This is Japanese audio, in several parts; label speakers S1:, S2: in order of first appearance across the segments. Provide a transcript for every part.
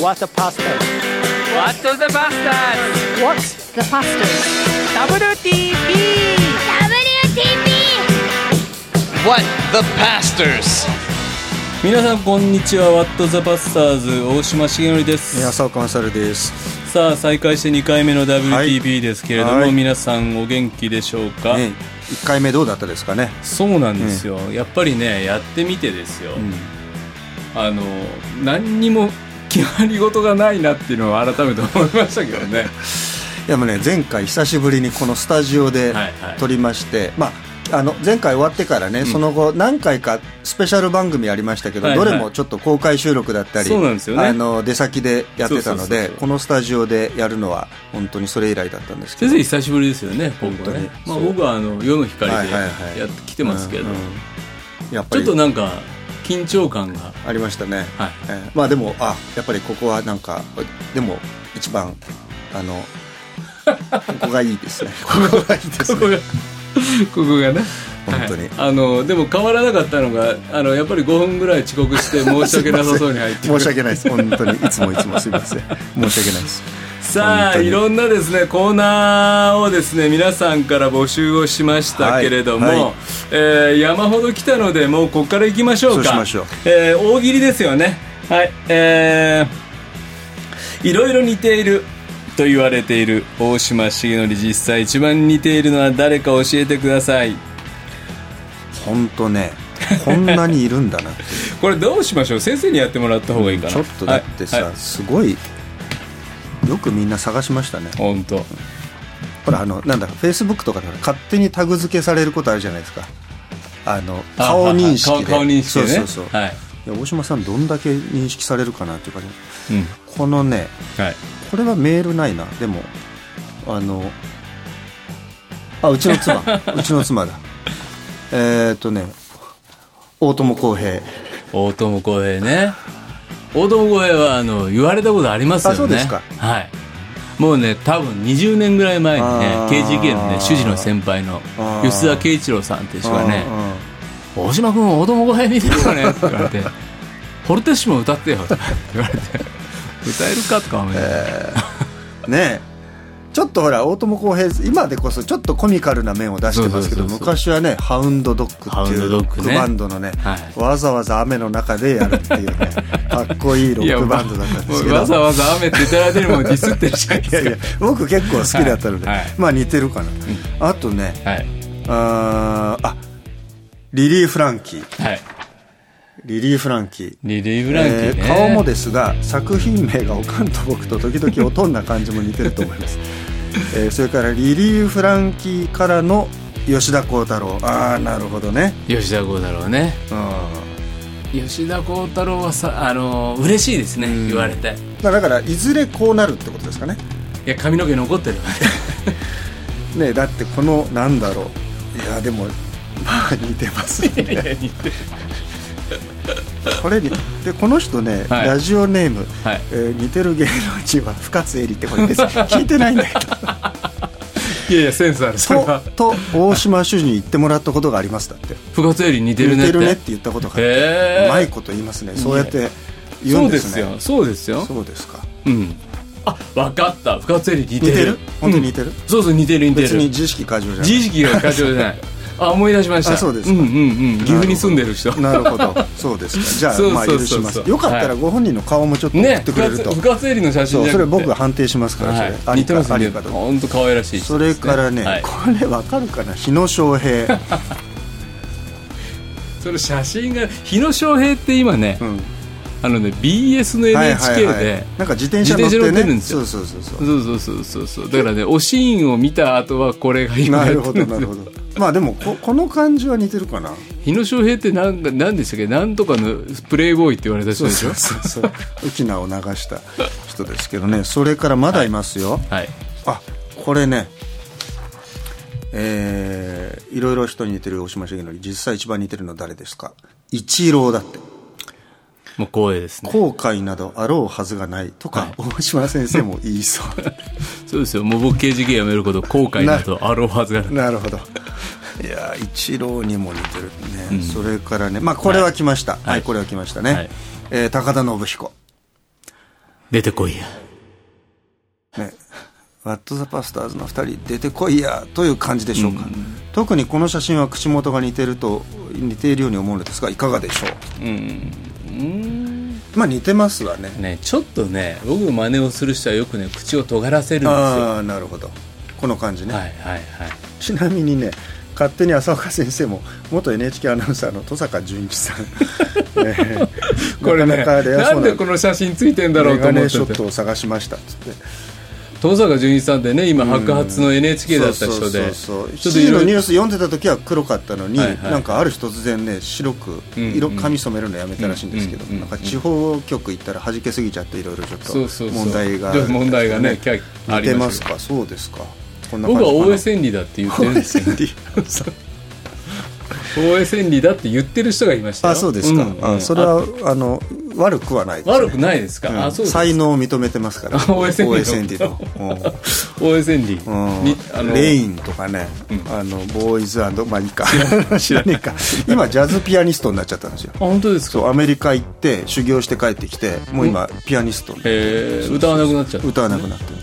S1: What the pasta?
S2: What the Bastards
S1: What?
S3: The Pastors
S2: WTP
S4: WTP!
S5: What the Pastors
S6: 皆さんこんにちは「ワット・ザ・バスターズ」大島重則です
S7: 宮沢コンサルです。
S6: さあ再開して2回目の WTP ですけれども、
S7: はい
S6: 皆さんお元気でしょうか、
S7: ね、一回目どうだったですかね。
S6: そうなんですよ、やっぱりねやってみてですよ、あの何にも決まり事がないなっていうのは改めて思いましたけど ね
S7: でもね、前回久しぶりにこのスタジオで
S6: はいはい
S7: 撮りまして、まあ、あの前回終わってからね、その後何回かスペシャル番組ありましたけど、
S6: はいはい
S7: どれもちょっと公開収録だったり、
S6: そうなんですよね
S7: あの出先でやってた
S6: そうそう
S7: の
S6: そう
S7: で
S6: そう
S7: このスタジオでやるのは本当にそれ以来だったんですけ
S6: 先
S7: ど
S6: 生久しぶりですよね僕はね
S7: 本、当にそ
S6: まあ、
S7: う
S6: 僕はあの世の光
S7: はい
S6: で
S7: はいはい
S6: やってきてますけど、
S7: うんうんやっ
S6: ち
S7: ぱ
S6: ょっ
S7: り
S6: となんか緊張感が
S7: ありましたね、
S6: はい
S7: えーまあでもあやっぱりここはなんかでも一番あ のここがいいですねここがいいです
S6: ここがここがね
S7: 本当に
S6: はいあのでも変わらなかったのがあのやっぱり5分ぐらい遅 刻して申し訳なさそうに入ってく
S7: 申
S6: る
S7: し訳ないです本当にいつもいつもすいません申し訳ないです
S6: さ
S7: 本
S6: あ
S7: 当に
S6: いろんなですねコーナーをですね皆さんから募集をしましたけれども、
S7: はいはい
S6: えー山ほど来たのでもうここから行きましょうか
S7: そうしましょう
S6: えー大喜利ですよねはいえーいろいろ似ていると言われている大島重則実際一番似ているのは誰か教えてください
S7: 本当ねこんなにいるんだな って
S6: これどうしましょう先生にやってもらった方がいいかな
S7: ちょっとだってさ、
S6: はいはい
S7: すごいよくみんな探しましたね
S6: 本当
S7: ほらあのなんだフェイスブックとかでほら勝手にタグ付けされることあるじゃないですかあの顔認識で
S6: 顔顔認識でね
S7: そうそうそう、
S6: はい、
S7: いや大島さんどんだけ認識されるかなっていうかね
S6: うん
S7: このね
S6: はい、
S7: これはメールないなでもあのあうちの 妻うちの妻だえーっとね大友康平
S6: 大友康平ね大友康平はあの言われたことありますよね
S7: あそうですか
S6: はいもうね多分20年ぐらい前にね
S7: あー
S6: KGK のね主事の先輩の
S7: あー
S6: 吉田圭一郎さんって人がね
S7: うんうん
S6: 「大島君大友康平見てるよね」って言われて「ホルテッシモ歌ってよ」って言われて「歌えるか?」とか思いながら
S7: ねえちょっとほら大友康平今でこそちょっとコミカルな面を出してますけど
S6: そうそうそうそう
S7: 昔はねハウンドド
S6: ハ
S7: ッグって
S6: ウン
S7: い
S6: ド
S7: う
S6: ド
S7: ロ
S6: ッ
S7: ッ
S6: グ
S7: ク
S6: ね
S7: バンドのね
S6: はい
S7: わざわざ雨の中でやるっていうね かっこいいロックバンドだったんですけど
S6: わざわざ雨っていただいてるもんディスってるじゃないで
S7: いや
S6: す
S7: い
S6: か
S7: や僕結構好きだったので、
S6: はいはい
S7: まあ似てるかな、あとね
S6: はい
S7: あーあリリー・フランキー
S6: はい
S7: リリー・フランキー
S6: リリー・ブランキーね、
S7: えー顔もですが作品名がおかんと僕と時々おとんな感じも似てると思います、 えーそれからリリー・フランキーからの吉田鋼太郎ああなるほどね
S6: 吉田剛太郎ね
S7: うん
S6: 吉田鋼太郎はさあのー嬉しいですね言われて
S7: まあだからいずれこうなるってことですかね
S6: いや髪の毛残ってるわ
S7: ねだってこのなんだろういやでもまあ似てますね これにでこの人ね、
S6: はい
S7: ラジオネーム、
S6: はい
S7: えー似てる芸能人は深津絵里ってこれ です聞いてないんだけど
S6: いやいやセンスある それは
S7: とと大島主人に言ってもらったことがありますだって
S6: 部活より似てる
S7: 似
S6: ねってて
S7: るねって言ったことがあって
S6: へー
S7: うまいこと言いますねそうやって言う
S6: そ
S7: ん
S6: う
S7: で
S6: ですす
S7: ね
S6: よそうですよ
S7: そうですか
S6: うんあ分かった部活より似
S7: 似て
S6: てる
S7: る本当に似てる、
S6: そうそう似てる似て
S7: 別に
S6: る
S7: 自意識過剰じゃない
S6: 自意識が過剰じゃ ないあ思い出しました
S7: あそうですか
S6: んうんうん岐阜に住んでる人
S7: なるほどそうです かじゃあ
S6: そう
S7: まあ
S6: そう
S7: 許
S6: そうそ
S7: し
S6: う
S7: ますよかった
S6: は
S7: ら
S6: い
S7: ご本人の顔もちょっと送
S6: ね
S7: って
S6: 部
S7: くれると、
S6: 活部活よりの
S7: そう
S6: 写真じゃなくて
S7: それ僕が判定しますからそれ、
S6: はい、似てます
S7: あ
S6: ね
S7: りかどうか
S6: 本当可愛らしい人
S7: それからね、
S6: はい
S7: これわかるかな日野翔平、
S6: その写真が日野翔平って今ね、
S7: うん
S6: あのね BS の NHK で、
S7: なんか自転車乗ってね
S6: 自転車乗ってるんですよ
S7: そうそうそうそう
S6: そうそうそうそうそうだからねおシーンを見た後はこれが 今
S7: な
S6: や
S7: る
S6: って
S7: ほど
S6: るんで
S7: な
S6: す
S7: る
S6: よ
S7: ほどまあでもここの感じは似てるかな
S6: 日野翔平ってなんか何でしたっけなんとかのプレイボーイって言われた人でしょ
S7: そうそうウキナを流した人ですけどねそれからまだいますよ、
S6: はい
S7: あこれねえー、いろいろ人に似てる大島茂則実際一番似てるの誰ですか一郎だって
S6: もう光栄ですね
S7: 後悔などあろうはずがないとか、大島先生も言いそう
S6: そう ですよもう僕刑事系やめること後悔などあろうはずがない
S7: なるほど いやー一郎にも似てるね、それからねまあこれは来ましたはい、これは来ましたね、
S6: はい
S7: えー高田信彦
S1: 出てこいや。
S7: ね、ワット・ザ・パスターズの2人出てこいやという感じでしょうか、特にこの写真は口元が似てると似ているように思うのですがいかがでしょうまあ似てますわね
S6: ねちょっとね僕の真似をする人はよくね口を尖らせるんですよは
S7: ああなるほどこの感じ
S6: い
S7: ね、
S6: はいはい
S7: ちなみにね勝手に浅岡先生も元 NHK アナウンサーの登坂淳一 さん、ええ
S6: これね
S7: なかなかレア
S6: な
S7: そうん
S6: でこの写真ついてんだろうと
S7: メガネ
S6: 思って
S7: ショッ
S6: て
S7: トを探しましたっつって
S6: 登坂淳一さんでね今白髪の NHK だった
S7: そうそう
S6: 人で
S7: そうそう7
S6: ちょっとい
S7: 時の
S6: ろい
S7: ニュ
S6: ろ
S7: ース読んでた時は黒かったのに、
S6: はいはい
S7: なんかある日突然ね白く
S6: うん
S7: 色髪染めるのやめたらしいんですけど、
S6: うんうん
S7: なんか地方局行ったら弾けすぎちゃっていろいろちょっと
S6: そうそうそう
S7: 問題が
S6: ちょっと問題がねキャあ
S7: 似
S6: り
S7: て
S6: ま
S7: ますす
S6: け
S7: かそうですかこんな感
S6: 僕
S7: じ
S6: は
S7: かな
S6: 大江千里だって言ってるんですけど
S7: 大 江千
S6: 大江千里だって言ってる人がいましたよ
S7: あそうですか、
S6: ん
S7: あ
S6: うん
S7: それはあの悪くはないです、ね、
S6: 悪くないですか、
S7: うん
S6: あそうです
S7: 才能を認めてますから
S6: 大江千里の
S7: のうん
S6: 大江千里にあの
S7: レインとかね、あのボーイズまあいいか 知らねえか今ジャズピアニストになっちゃったんですよ
S6: あ本当ですか
S7: そうアメリカ行って修行して帰ってきてもう今ピアニスト
S6: えー、歌わなくなっちゃった
S7: 歌わなくなってる、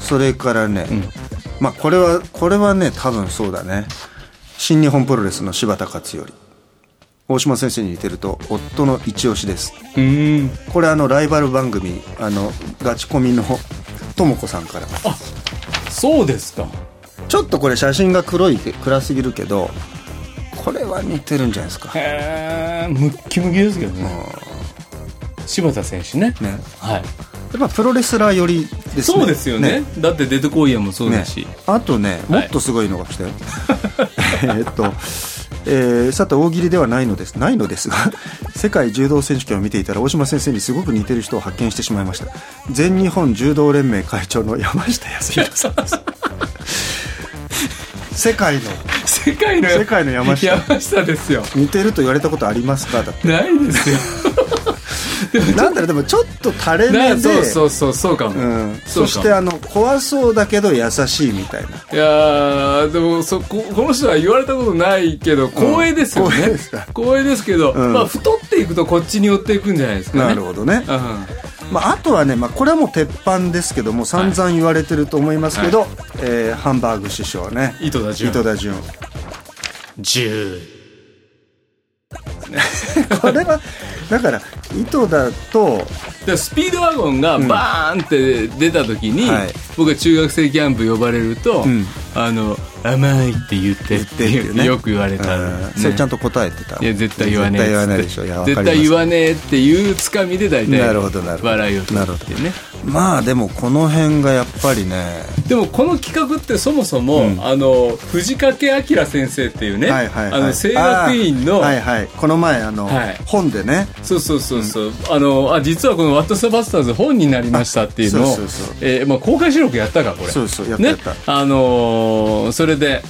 S7: それからね、まあこれはこれはね多分そうだね新日本プロレスの柴田勝頼大島先生に似てると夫の一押しです
S6: うーん
S7: これあのライバル番組あのガチコミのとも子さんから
S6: そうですか
S7: ちょっとこれ写真が黒いけ暗すぎるけどこれは似てるんじゃないですか、
S6: へえムッキムキですけどね柴田選手ね
S7: ね、
S6: はい
S7: やっぱプロレスラー寄りですね
S6: そうですよねだって出てこいやもそう
S7: ね
S6: だし、
S7: あとねもっとすごいのが来 たよ、えーっと、えーさて大喜利ではないのですないのですが世界柔道選手権を見ていたら大島先生にすごく似てる人を発見してしまいました全日本柔道連盟会長の山下康弘さんです 世界の
S6: 世界の
S7: 世界の山下
S6: 山下ですよ
S7: 似てると言われたことありますかだって
S6: ないです よ
S7: なんだろうでもちょっと垂れ目
S6: な
S7: で
S6: そうそうそうそうかも、
S7: うん、
S6: そう
S7: そし
S6: か
S7: てあの怖そうだけど優しいみたいない
S6: やーでもそここの人は言われたことないけど光栄ですよね、
S7: 光栄ですか
S6: 光栄ですけど、
S7: うん
S6: まあ太っていくとこっちに寄っていくんじゃないですかね
S7: なるほどね、
S6: うん
S7: まあ、あとはね、まあ、これはもう鉄板ですけども散々言われてると思いますけど、えーハンバーグ師匠ね
S6: 井戸田潤
S7: 井戸田潤
S1: 10、
S7: これはだから井戸田と
S6: でスピードワゴンがバーンって出た時に、
S7: はい
S6: 僕が中学生キャンプ呼ばれると「
S7: ん
S6: あの甘い」って言って
S7: 言って
S6: って
S7: っていうね
S6: よく言われたの、
S7: うん
S6: ね
S7: それちゃんと答えてた
S6: いや絶対言わねえ
S7: 絶対言わない
S6: っ
S7: で
S6: つ
S7: し
S6: っ
S7: ょ
S6: て
S7: いやわかり
S6: 絶
S7: ます
S6: 対言わねえっていうつかみで大体
S7: なるほどなるほど
S6: 笑いを取
S7: なる
S6: る
S7: ほ
S6: って
S7: ど
S6: いうね
S7: まあでもこの辺がやっぱりね
S6: でもこの企画ってそもそも、あの藤掛明先生っていうね、
S7: はいはいはい、
S6: あの清学院の、
S7: あーはいはい、この前あの、
S6: はい
S7: 本でね
S6: そうそうそうそう、あのあ実はこの「ワット・ザ・バスターズ」本になりましたっていうのを
S7: そうそうそう
S6: えーまあ公開収録やったかこれ
S7: そうそうやったやった
S6: ね、あのーそれで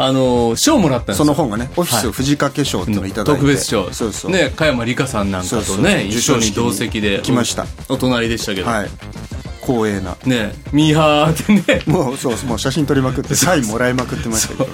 S6: あのー賞もらったんです
S7: そ
S6: よ
S7: の本がねオフィ
S6: は
S7: ス
S6: い
S7: 藤掛賞っていうのをいただいて、
S6: 特別賞
S7: そうそう、
S6: ね加山里香さんなんかとね
S7: そうそう
S6: 一緒に同席で
S7: 来ました
S6: お隣でしたけど、
S7: はい光栄な
S6: ねミーハーってね
S7: もうそうもう写真撮りまくってサインもらいまくってましたけどね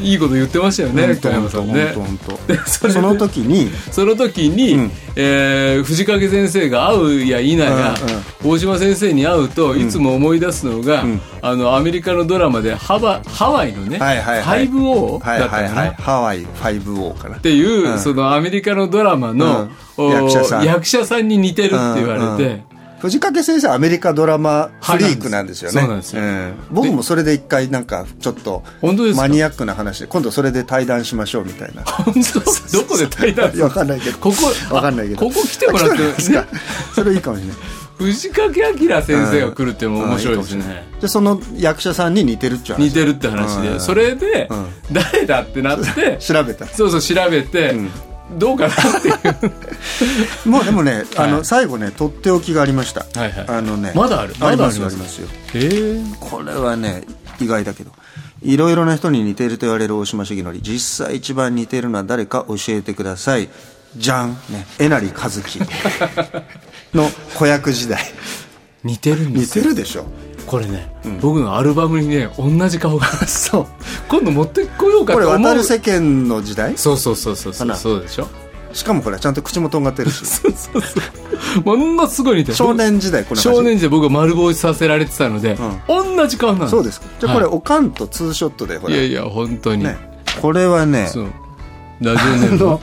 S6: いいこと言ってましたよね加山さんね
S7: 本当本
S6: で
S7: 当
S6: それで
S7: その時に
S6: その時に、
S7: うん
S6: えー藤掛先生が会うや否や、大島先生に会うといつも思い出すのが、
S7: ん
S6: あのアメリカのドラマでハバハワイのね、
S7: はいはいはい
S6: ファイブ王
S7: はい
S6: だった
S7: は
S6: かな、
S7: いはい
S6: っ
S7: ハワイ 5O かな
S6: ていう、
S7: うん
S6: そのアメリカのドラマの、
S7: うん
S6: お
S7: 役者さん
S6: 役者さんに似てるって言わ
S7: う
S6: れて、
S7: んうん藤掛先生アメリカドラマフリークなんですよね
S6: そうなんですよ
S7: ん僕もそれで一回なんかちょっと
S6: 本当ですか
S7: マニアックな話で今度それで対談しましょうみたいな
S6: 本当どこで対談 する
S7: わかんないけど
S6: ここあ
S7: わかんないけど
S6: ここ来てもらっ
S7: あ来
S6: て
S7: るんですか
S6: ね
S7: それいいかもしれない
S6: 藤掛明先生が来るっていうのも面白いですね、
S7: でその役者さんに似てるっちゃう
S6: 似てるって話で、
S7: うん
S6: それで、
S7: ん
S6: 誰だってなって
S7: 調べた
S6: そうそう調べて、どうかなっていう
S7: もうでもね、あ
S6: はい
S7: の最後ねとっておきがありました、
S6: はいはい
S7: あのね
S6: まだある
S7: ありま
S6: まだありま
S7: よあり
S6: すす
S7: ますよ
S6: ええ
S7: これはね意外だけどいろいろな人に似ていると言われる大島茂則実際一番似ているのは誰か教えてくださいじゃんねえなりかず きの子役時代
S6: 似てるんで
S7: 似
S6: す
S7: て
S6: よ
S7: るでしょ
S6: これね、僕のアルバムにね同じ 顔がそう今度持ってこようか
S7: ことれ
S6: 思う
S7: 渡る世間の時代
S6: そうそうそうそう
S7: か
S6: そう
S7: な
S6: そうでしょ
S7: しかもこれちゃんと口もとんがってるし
S6: そうそうそうものすごい似てる
S7: 少年時代こんな感じ
S6: 少年時代僕は丸坊主させられてたので、同じ顔なの
S7: そうですかじゃあこれ、
S6: は
S7: おかんとツーショットでほ
S6: い、
S7: ら
S6: いやいや本当に、
S7: ねこれはね
S6: そうラジ
S7: あ
S6: オネーム
S7: の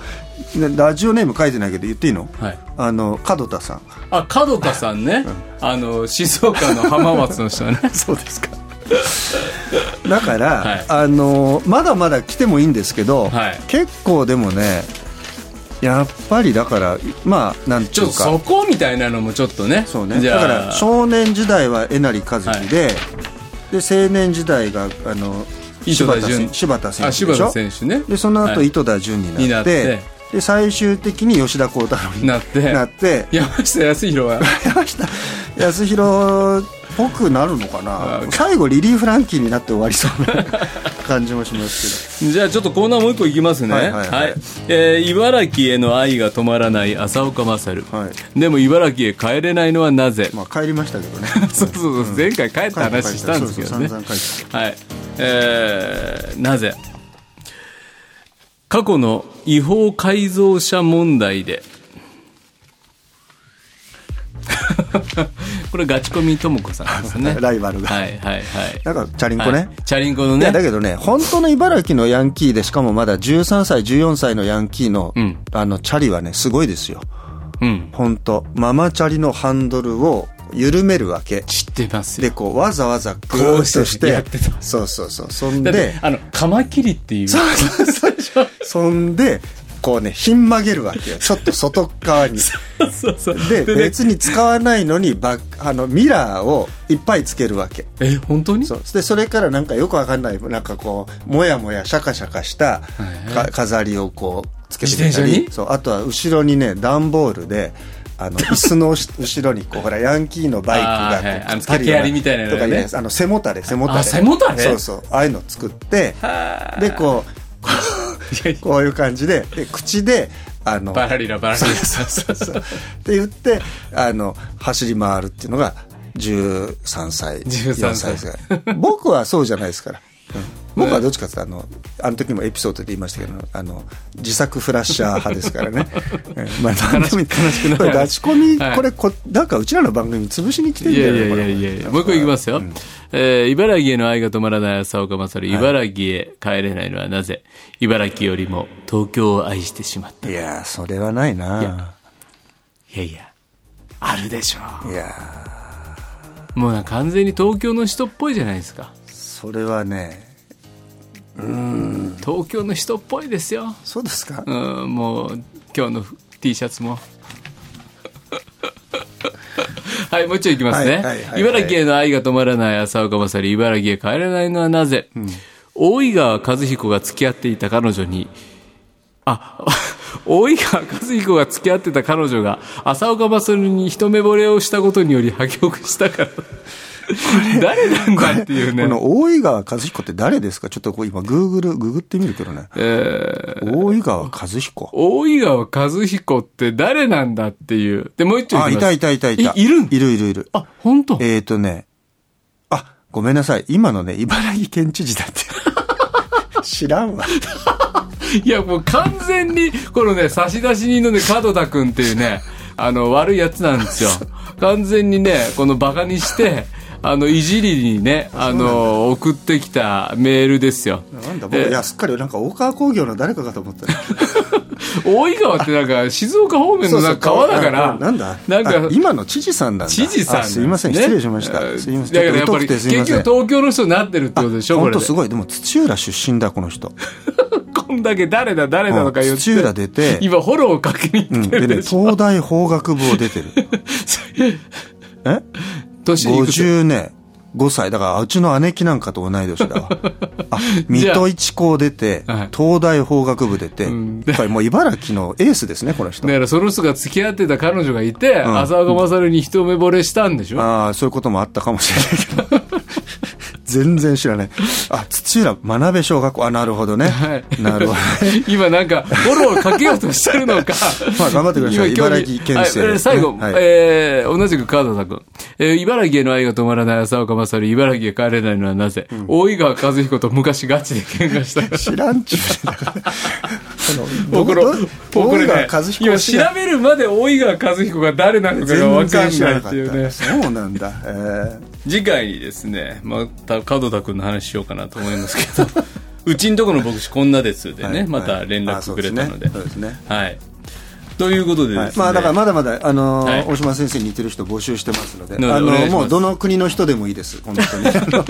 S7: ねラジオネーム書いてないけど言っていいの、
S6: はい
S7: あの門田さん
S6: あ角田さんね、あの静岡の浜松の人ねそうですか
S7: だから、
S6: はい
S7: あのまだまだ来てもいいんですけど、
S6: はい
S7: 結構でもねやっぱりだからまあなんて
S6: ち
S7: い
S6: ょっ
S7: う
S6: と
S7: か
S6: そこみたいなのもちょっとね
S7: そうね
S6: じゃ
S7: だ
S6: あ
S7: から少年時代はえなりかずきで、で青年時代があの
S6: 糸
S7: 柴
S6: 田
S7: 田
S6: 潤
S7: 選柴田選
S6: あ
S7: 手で
S6: 柴
S7: し
S6: 田
S7: ょ
S6: 選手ね
S7: でその後
S6: はい
S7: 糸田潤になって,、
S6: になって
S7: で最終的に吉田鋼太郎に
S6: なって
S7: なって
S6: 山下康弘 は
S7: 山下康弘っぽくなるのか
S6: あ
S7: な最後リリー・フランキーになって終わりそうな感じもします
S6: じゃあちょっとコーナーもう一個いきますね
S7: はいはいはい
S6: えー茨城への愛が止まらない浅岡勝、
S7: けど、はい
S6: でも茨城へ帰れないのはなぜ、
S7: まあ、帰りましたけどね
S6: そうそうそう前回帰った話したんですけどね
S7: そうそう散々帰って
S6: はいえー、なぜ過去の違法改造車問題で これガチコミともこさんですね
S7: ライバルが
S6: はいはいはい
S7: だからチャリンコね、
S6: はいチャリンコの
S7: い
S6: ね
S7: やだけどね、本当の茨城のヤンキーで、しかもまだ13歳、14歳のヤンキーの、
S6: うん
S7: あの、チャリはね、すごいですよ。
S6: うん
S7: 本当ママチャリのハンドルを緩めるわけ。
S6: 知ってます
S7: で、
S6: よ
S7: こう、わざわざこうしてして、
S6: やってた
S7: そうそうそう。そん
S6: だって
S7: で、
S6: あのカマキリっていう
S7: そんで、こうね、ひん曲げるわけよ。ちょっと外側に。
S6: そうそう
S7: で、
S6: ね
S7: 別に使わないのに、バックあの、ミラーをいっぱいつけるわけ。
S6: え本当に
S7: そうでそれからなんかよくわかんないなんかこうもやもやシャカシャカしたか飾りをこうつけてみた
S6: 自転車
S7: り
S6: に
S7: そうあとは後ろにね段ボールであ の椅子の後ろにこうほらヤンキーのバイク
S6: あーはい
S7: がこ
S6: あ
S7: う
S6: の
S7: つけるよう
S6: 竹槍みたいなの
S7: と
S6: がね
S7: かいいですあの背もたれ背もたれ
S6: あ背もたれ
S7: そうそうああいうの作ってでこうこ
S6: いやいう
S7: こういう感じでで口であの
S6: バラリラバラリラ
S7: そうそうって言ってあの走り回るっていうのが13歳
S6: 13
S7: 4
S6: 歳
S7: 歳ですから僕はそうじゃないですから、うん僕はどっちかっていうとあのあの時もエピソードで言いましたけどあの自作フラッシャー派ですからね、 うんまあ、悲し
S6: 悲しくなる
S7: ガチコミ、
S6: はい
S7: これこなんかうちらの番組潰しに来てん
S6: い
S7: じ
S6: や
S7: ゃ
S6: い
S7: ないの
S6: やい
S7: かな
S6: やいやいやもう一個いきますよ。えー茨城への愛が止まらない朝岡勝、茨城へ帰れないのはなぜ茨城よりも東京を愛してしまった。い
S7: いやそれはないな
S6: やいや、あるでしょ
S7: いや
S6: う。もうなんか完全に東京の人っぽいじゃないですか。
S7: それはね
S6: 東京の人っぽいですよ。
S7: そうですか、
S6: うん、もう今日の T シャ ツも。はい、もう一丁いきます
S7: はいはいはい
S6: ね。
S7: はい
S6: 茨城への愛が止まらない浅岡まさり、茨城へ帰れないのはなぜ、大井川和彦が付き合っていた彼女に、あ、 大井川和彦が付き合ってた彼女が浅岡まさりに一目惚れをしたことにより破局したから。誰なんだっていうね
S7: こ。の大井川和彦って誰ですかちょっとこう今グーグルググってみるけどね、大井川和彦
S6: 大井川和彦って誰なんだっていう。で、もう一丁
S7: あ、
S6: いき
S7: い
S6: ます。
S7: たいたいたいた。
S6: いいるん
S7: いるいるいる。
S6: あ、本当。
S7: えっ、ー、とね、あ、ごめんなさい。今のね、茨城県知事だって。 知らんわ。
S6: いや、もう完全に、このね、差出人のね、角田くんっていうね、あの、悪いやつなんですよ。完全にね、このバカにして、あの、いじりにね、あの、送ってきたメールですよ。
S7: なんだ、僕、
S6: え
S7: いや、すっかりなんか大川工業の誰かかと思 った。
S6: 大井川ってなんか、静岡方面のなんか川だから、
S7: うんなんだ
S6: なん
S7: あ
S6: か、
S7: 今の知事さんなんだ。
S6: 知事さん
S7: あすいません、失礼しました。すいません。
S6: だからやっぱ
S7: ちょと疎く
S6: り、
S7: て
S6: 結
S7: すいま
S6: 局
S7: せん
S6: 東京の人になってるってことでしょ、こ
S7: 本
S6: れ
S7: 当
S6: で。
S7: すごい。でも、土浦出身だ、この人。
S6: こんだけ誰だ、誰だとか言
S7: う
S6: っ
S7: ん
S6: て。
S7: 土浦出て
S6: 今、フォローかけに
S7: う
S6: 来
S7: ん。
S6: て
S7: で
S6: る
S7: ね、
S6: でしょ。
S7: 東大法学部を出てる。え
S6: 年いくつ
S7: 50ね5歳だからうちの姉貴なんかと同い年 だわあ
S6: じゃ
S7: 水
S6: あ
S7: 戸一高出て、
S6: はい
S7: 東大法学部出て、
S6: ん
S7: やっぱりもう茨城のエースですねこの人、
S6: だからその人が付き合ってた彼女がいて、
S7: ん
S6: 浅岡勝に一目惚れしたんでしょ、
S7: ああそういうこともあったかもしれないけど 全然知らないあ土浦学べ小学校あなるほどね、
S6: はい
S7: なるほど
S6: 今なんか、フォローをかけようとしてるのか。
S7: まあ頑張ってください
S6: 今興味
S7: 茨城県生
S6: はいえー最後、
S7: はい
S6: えー同じく川田さん君。えー茨城への愛が止まらない浅岡勝、茨城へ帰れないの はなぜ、大井川和彦と昔ガチで喧嘩したから。
S7: 知らんちゅうねだからど
S6: 僕の
S7: ど
S6: 僕
S7: 大井川
S6: ね
S7: 和彦
S6: 今
S7: を知ら
S6: 調べるまで大井川和彦が誰なのかが分
S7: 全然
S6: かん
S7: 知
S6: な
S7: ら
S6: い
S7: な
S6: っ
S7: か
S6: ていう
S7: った
S6: ね
S7: そうなんだえー
S6: 次回にですねまた角田君の話しようかなと思います けどうちんとこの牧師こんなですでね、
S7: はい
S6: また連絡くれたので
S7: あそうですねそうです
S6: はいということでですね、
S7: まあだからまだまだあのー
S6: はい
S7: 大島先生に似てる人募集してますので、
S6: な
S7: あ
S6: ので
S7: の
S6: お願いします
S7: もうどの国の人でもいいです本当 にあの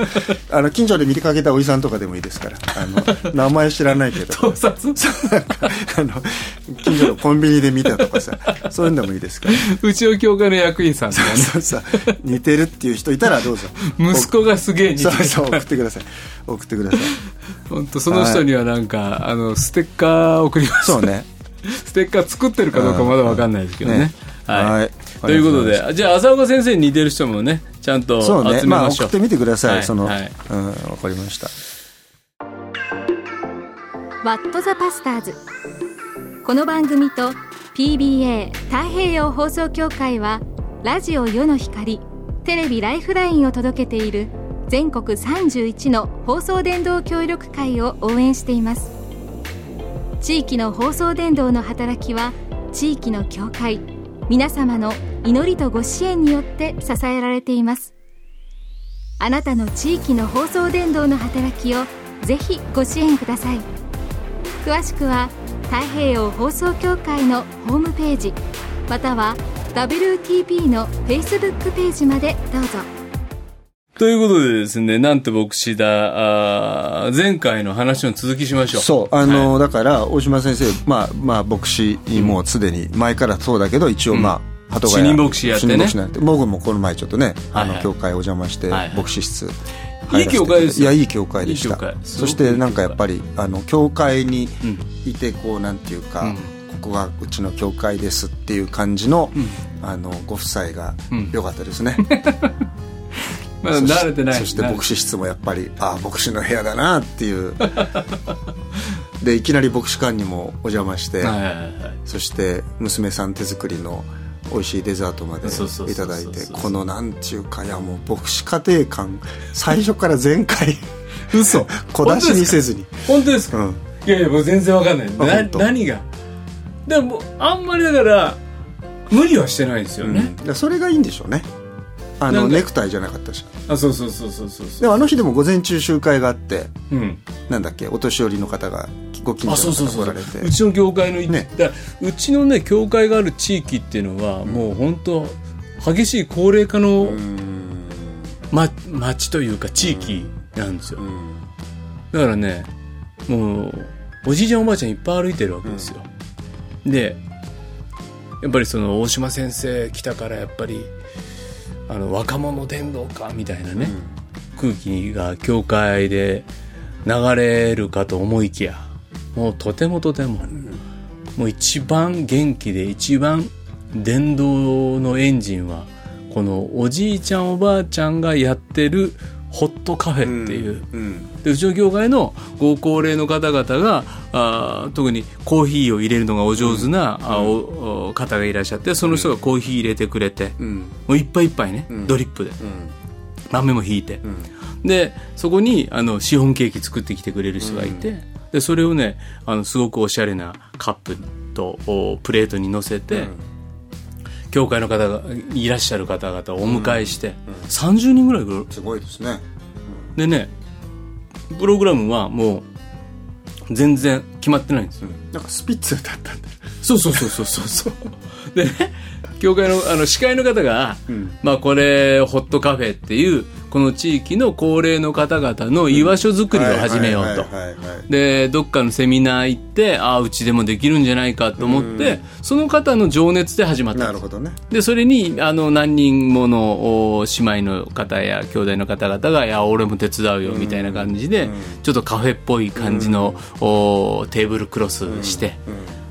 S7: あの近所で見かけたおじさんとかでもいいですからあの名前知らないけど
S6: 盗撮
S7: なんかあの近所のコンビニで見たとかさそういうのでもいいですから
S6: うちの教会の役員さんと かね
S7: そうさ似てるっていう人いたらどうぞ
S6: 息子がすげえ似て
S7: そう
S6: る
S7: そう送ってください送ってください
S6: 本当その人にはなんか、あのステッカー送ります
S7: そうね
S6: ステッカー作ってるかどうかまだわかんないですけどね
S7: ね
S6: はい、
S7: はい
S6: ということでじゃあ浅岡先生に似てる人もねちゃんと
S7: そうね
S6: 集め
S7: まあ
S6: まし
S7: 送
S6: ょう,、
S7: ってみてください、
S6: はい
S7: その、
S6: はい
S7: うんわかりました
S1: ワット・ザ・パスターズこの番組と PBA 太平洋放送協会はラジオ世の光テレビライフラインを届けている全国31の放送電動協力会を応援しています地域の放送電動の働きは地域の協会皆様の祈りとご支援によって支えられていますあなたの地域の放送電動の働きをぜひご支援ください詳しくは太平洋放送協会のホームページまたは WTP の Facebook ページまでどうぞ
S6: ということでですねなんて牧師だあー前回の話の続きしましょう
S7: そうあの、だから大島先生まあまあ牧師もうすでに前からそうだけど一応まあ、鳩ヶ谷
S6: 主任牧師やってね
S7: 主任牧師なんて僕もこの前ちょっとね、
S6: はいはい
S7: あの教会お邪魔して、
S6: はいはい
S7: 牧師室
S6: いい教会ですよ
S7: いやいい教会でした
S6: いい教会すご
S7: そ
S6: く
S7: し
S6: いい教会
S7: てなんかやっぱりあの教会にいてこうなんていうか、
S6: うん
S7: ここがうちの教会ですっていう感じの、あのご夫妻が
S6: うん
S7: 良かったですね、
S6: まだ慣れてない
S7: そして
S6: 慣れ
S7: 牧師室もやっぱりああ牧師の部屋だなって いうでいきなり牧師館にもお邪魔して、
S6: はいはいはいはい
S7: そして娘さん手作りの美味しいデザートまで
S6: そうそうそうそう
S7: いただいてこのなんていうかいやもう牧師家庭感最初から前回
S6: 嘘
S7: 小出しにせずに、
S6: 本当ですか、
S7: うん、
S6: いやいやもう全然わかんない
S7: あ
S6: な
S7: 本当
S6: 何がでもあんまりだから無理はしてないですよ
S7: うん
S6: ね、
S7: だからそれがいいんでしょうねあ
S6: な
S7: の
S6: んか
S7: ネクタイじゃなかったし
S6: あそうそうそうそうそう
S7: で
S6: そう
S7: もあの日でも午前中集会があって
S6: うん
S7: なんだっけお年寄りの方がご近
S6: あ
S7: 所
S6: そうそう
S7: の
S6: そ
S7: 方
S6: う
S7: が来られて
S6: うちの教会のい
S7: ね
S6: だからうちのね教会がある地域っていうのは、もう本当激しい高齢化の、ま、町というか地域なんですよ、だからねもうおじいちゃんおばあちゃんいっぱい歩いてるわけですよ、でやっぱりその大島先生来たからやっぱりあの若者伝道かみたいなね、空気が教会で流れるかと思いきやもうとてもとても、もう一番元気で一番電動のエンジンはこのおじいちゃんおばあちゃんがやってるホットカフェっていう、
S7: うん
S6: でうちの業界のご高齢の方々があー特にコーヒーを入れるのがお上手な、あおお方がいらっしゃってその人がコーヒー入れてくれて、
S7: うん
S6: もういっぱいいっぱいね、
S7: ん
S6: ドリップで
S7: うん
S6: 豆もひいて、でそこにあのシフォンケーキ作ってきてくれる人がいて、でそれをねあのすごくおしゃれなカップとおプレートに乗せて、教会の方がいらっしゃる方々をお迎えして、30人ぐらい来る
S7: すごいですね
S6: でねプログラムはもう全然決まってないんですよ、
S7: なんかスピッツだったんだ
S6: そうそうそうそうそうそうでね教会のあの司会の方が、
S7: ん
S6: まあこれホットカフェっていうこの地域の高齢の方々の居場所づくりを始めようと
S7: はいはいはいはい
S6: でどっかのセミナー行ってああうちでもできるんじゃないかと思って、その方の情熱で始まったんです
S7: なるほどね
S6: でそれにあの何人ものお姉妹の方や兄弟の方々が「いや俺も手伝うよ」みたいな感じで、ちょっとカフェっぽい感じの、おテーブルクロスして、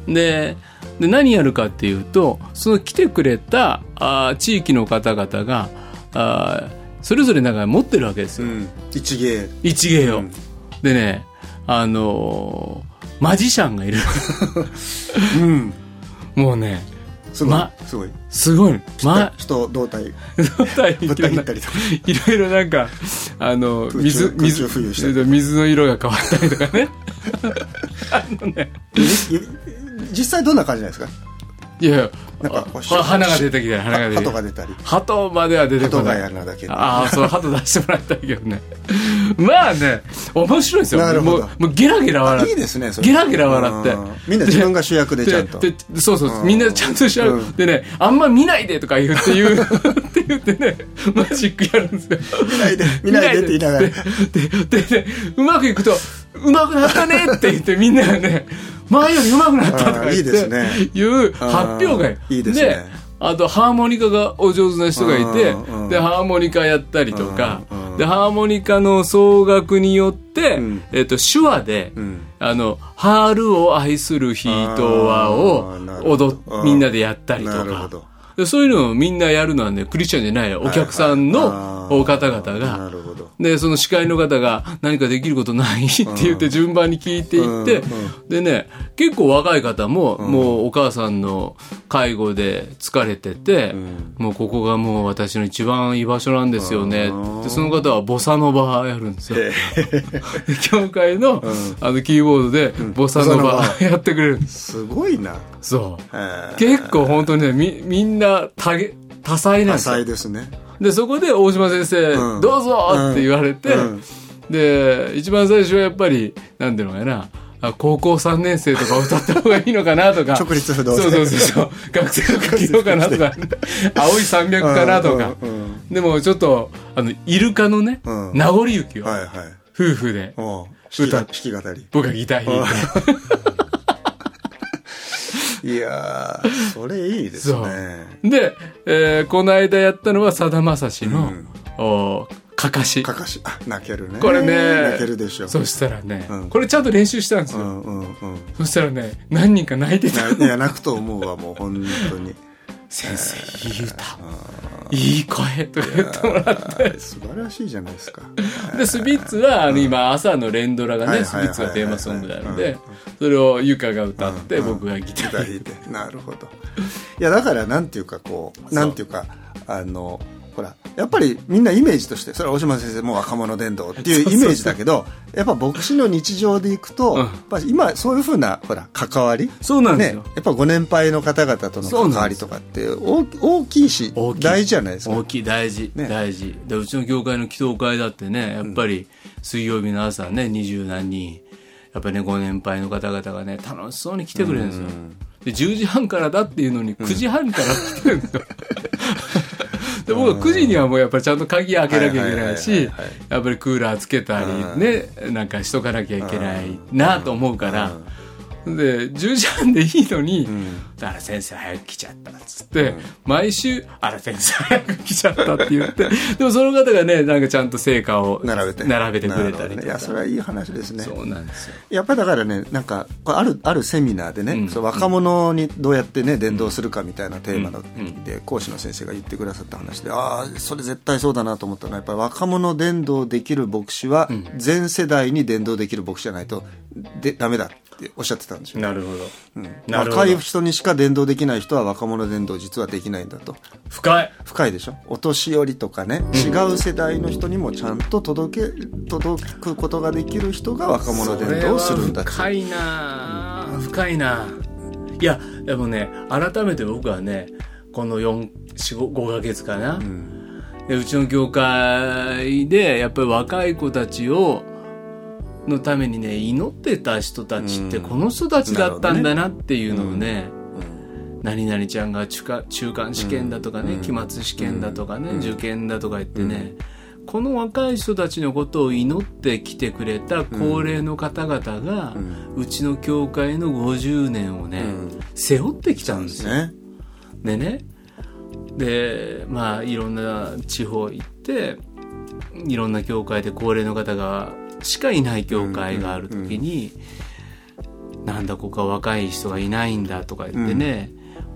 S6: でで何やるかっていうとその来てくれたあー地域の方々があーそれぞれなんか持ってるわけです
S7: う
S6: よ、
S7: ん一芸
S6: 一芸を。
S7: うん
S6: でね あのーマジシャンがいる。
S7: うん
S6: もうね、
S7: すごい、
S6: ます
S7: ごい
S6: すごい。ま、
S7: 人胴体
S6: 舞
S7: ぶった切ったりとか
S6: いろいろなんか、あの、
S7: 空中
S6: 水、
S7: 空
S6: 水
S7: 中浮遊したり、
S6: 水の色が変わったりとかね。あのね、
S7: 指実際どんな感じなんですか
S6: いやいや、
S7: なんかこう
S6: は花が出てきたり、花が出て
S7: 鳩
S6: きた
S7: が
S6: り。
S7: 出たり
S6: 鳩までは出てこ
S7: 鳩が
S6: ない。
S7: やるなだけ
S6: ああ、そう、鳩出してもらいたいけどね。まあね、面白いですよ。
S7: なるほど
S6: もう、もうゲラゲラ笑って。
S7: いいですねそれ
S6: ゲラゲラ笑って
S7: うん。みんな自分が主役でちゃんと
S6: ででそうそう、
S7: ん
S6: みんなちゃんとしちゃう、
S7: うん
S6: でねあんま見ないでとか言うって言う って言ってねマジックやるんですよ
S7: 見ないで見ないでって言いながら
S6: ででででうまくいくと「うまくなったね」って言ってみんながね「前よりうまくなった」とか言っ
S7: あー
S6: て
S7: いいですね
S6: いう発表会
S7: あーいいですね
S6: あとハーモニカがお上手な人がいて
S7: うんうん
S6: でハーモニカやったりとか
S7: うんうん
S6: でハーモニカの総額によって、
S7: ん
S6: えっと手話で、
S7: ん
S6: あの「春を愛する人は」
S7: あ
S6: を
S7: ーなるほど
S6: 踊っみんなでやったりと
S7: なるほ
S6: か
S7: ど。
S6: でそういうのをみんなやるのはね、クリスチャンじゃないお客さんの
S7: あー
S6: 方々
S7: な
S6: が、
S7: るほど
S6: で、その司会の方が何かできることない って言って順番に聞いていって
S7: うんう、
S6: でね、結構若い方も、もうお母さんの介護で疲れてて、もうここがもう私の一番居場所なんですよね。で、その方はボサノバやるんですよ。 教会の、あの、キーボードでボサノバ
S7: ボサノ
S6: やってくれるんです。
S7: すごいな
S6: そう。
S7: えー
S6: 結構本当にねみみんな多げ多彩な
S7: 多
S6: んですよ
S7: 彩ですね
S6: でそこで大島先生、
S7: うん
S6: どうぞって言われて、
S7: うん
S6: で一番最初はやっぱりなんていうのかなあ高校3年生とか歌った方がいいのかなとか
S7: 直立不動で
S6: そうそうそうそう学生とか着ようかな とか青い山脈かなとか、
S7: うんうんうん
S6: でもちょっとあのイルカのね、
S7: うん
S6: 名残雪を
S7: はいはい
S6: 夫婦で
S7: おう弾き
S6: 歌
S7: 弾き語り
S6: 僕がギター弾いて
S7: いやーそれいいですね
S6: で、えーこの間やったのはさだまさしの、おかかし
S7: かかしあ泣けるね
S6: これね
S7: 泣けるでしょ
S6: そしたらね、
S7: うん
S6: これちゃんと練習したんです
S7: う
S6: よ、
S7: んうんうん
S6: そしたらね何人か泣いてた
S7: ないや泣くと思うわもう本当に
S6: 先生いい歌いい声とか言ってもらって
S7: はい素晴らしいじゃないですか
S6: でスピッツはあの今朝の連ドラが
S7: はい
S6: ね
S7: はい
S6: ス
S7: は
S6: ピ
S7: いはい
S6: ッツがテーマソングなの
S7: う
S6: で
S7: ん
S6: それをゆかが歌って
S7: うん
S6: 僕がギター
S7: 歌
S6: 弾い
S7: い
S6: て
S7: てなるほどいやだからなんていうかこ
S6: そう
S7: うなんていうかあのほらやっぱりみんなイメージとしてそれは大島先生もう若者伝道っていうイメージだけどやっぱ牧師の日常でいくと、
S6: うん
S7: やっぱ今そういうふうなほら関わり
S6: そうなんです
S7: ね
S6: よ、
S7: やっぱご年配の方々との
S6: そう
S7: 関
S6: な
S7: わ
S6: んで
S7: り
S6: す
S7: とかって大き大きいし
S6: 大きい
S7: 大事じゃないですか
S6: 大きい大事、
S7: ね
S6: 大事でうちの業界の祈祷会だってねやっぱり水曜日の朝ね二十何人やっぱりねご年配の方々がね楽しそうに来てくれるんですよで10時半からだっていうのに9時半から来てる んですよで僕は9時にはもうやっぱりちゃんと鍵開けなきゃいけない
S7: はい
S6: し
S7: はいはいはい
S6: やっぱりクーラーつけたりねなんかしとかなきゃいけないなと思うからで10時半でいいのに、だから先生早く来ちゃったっつって、毎週「あら先生早く来ちゃった」って言ってでもその方がねなんかちゃんと成果を
S7: 並べて
S6: 並べてく
S7: なる
S6: れた
S7: ほど
S6: り
S7: ねい
S6: と
S7: や
S6: か、
S7: それはいい話ですね
S6: そうなんですよ
S7: やっぱりだからねなんかこれあるあるセミナーでね、
S6: うん
S7: そう若者にどうやってね伝道するかみたいなテーマの、
S6: うん
S7: で講師の先生が言ってくださった話でああそれ絶対そうだなと思ったのはやっぱり若者伝道できる牧師は全世代に伝道できる牧師じゃないとでダメだっておっしゃってたんですよ、
S6: なるほど
S7: うん
S6: なるほど
S7: 若い人にしか伝道できない人は若者伝道実はできないんだと
S6: 深い
S7: 深いでしょお年寄りとかね、違う世代の人にもちゃんと届け届くことができる人が若者伝道をするんだって
S6: それは深いなあ深いなあいやでもね改めて僕はねこの45ヶ月かな、うでうちの業界でやっぱり若い子たちをのためにね祈ってた人たちってこの人たちだったんだなっていうのをね、何々ちゃんが中間中間試験だとかね、期末試験だとかね、受験だとか言ってね、この若い人たちのことを祈ってきてくれた高齢の方々が、うちの教会の50年をね、背負ってきたんですよ。
S7: ね。
S6: でねでまあいろんな地方行っていろんな教会で高齢の方がしかいない教会がある時に、なんだここは若い人がいないんだとか言ってね、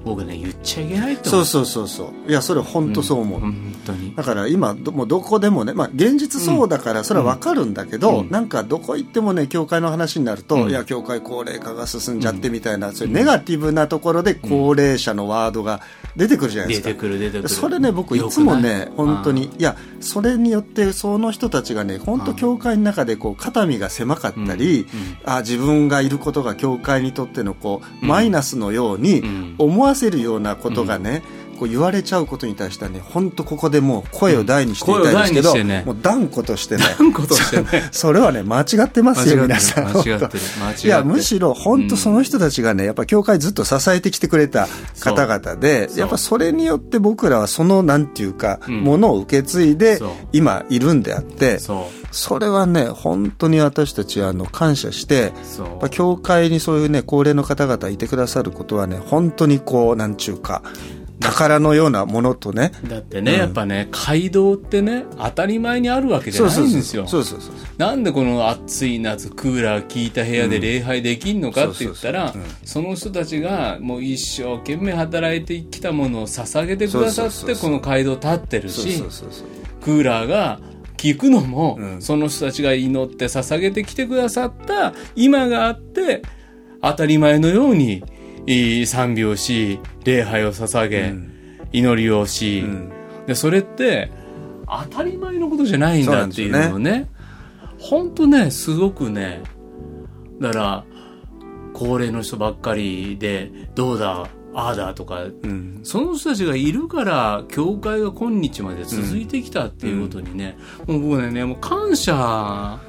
S3: 僕ね言っちゃいけないと
S7: そ
S3: 思
S7: う
S3: う
S7: そうそうそういやそれ本当そう思う、
S3: 本当に
S7: だから今どもうどこでもね、まあ、現実そうだからそれはわかるんだけど、なんかどこ行ってもね教会の話になると、いや教会高齢化が進んじゃってみたいな、そういうネガティブなところで高齢者のワードが出てくるじゃない
S3: 出
S7: ですか、
S3: てくる出てくる
S7: それね僕いつも
S3: よく
S7: ね
S3: ない
S7: 本当にいやそれによってその人たちがね本当教会の中でこう肩身が狭かったり、あ自分がいることが教会にとってのこう、マイナスのように
S3: ん
S7: 思わせるようなことがね、こう言われちゃうことに対してはね本当ここでもう声を大にしていたいんですけ
S6: うん
S7: ど、
S6: 声を大にしてね
S7: もう断固としてね
S6: うんことしてね
S7: それはね間違ってますよ皆さん
S3: 間違ってる間違ってる間違ってる
S7: いやむしろ本当その人たちがねやっぱ教会ずっと支えてきてくれた方々で
S3: そう
S7: やっぱそれによって僕らはそのなんていうか
S3: ん
S7: ものを受け継いで
S3: そう
S7: 今いるんであって
S3: そ
S7: それはね本当に私たちはあの感謝して
S3: うそう
S7: やっぱ教会にそういうね高齢の方々いてくださることはね本当にこうなんちゅうか宝のようなものとね
S3: だってね、やっぱね街道ってね当たり前にあるわけじゃないんですよ
S7: そうそうそうそう
S6: なんでこの暑い夏クーラー効いた部屋で礼拝できんのかって言ったらその人たちがもう一生懸命働いてきたものを捧げてく
S7: そ
S6: ださっ
S7: うそうそう
S6: て
S7: そ
S6: こ
S7: う
S6: の街道立ってる
S7: そう
S6: し
S7: そうそうそう
S6: クーラーが効くのも、
S7: うん
S6: その人たちが祈って捧げてきてくださった今があって当たり前のようにいい賛美をし礼拝を捧げ、祈りをし、
S7: ん
S6: でそれって当たり前のことじゃないん
S7: そうな
S6: だ
S7: んで
S6: っ
S7: すよ
S6: ていう
S7: ね
S6: のをね本当ねすごくねだから高齢の人ばっかりでどうだああだとか
S7: うん
S6: その人たちがいるから教会が今日まで続いてきたっていうことにね、もう僕ねもう感謝は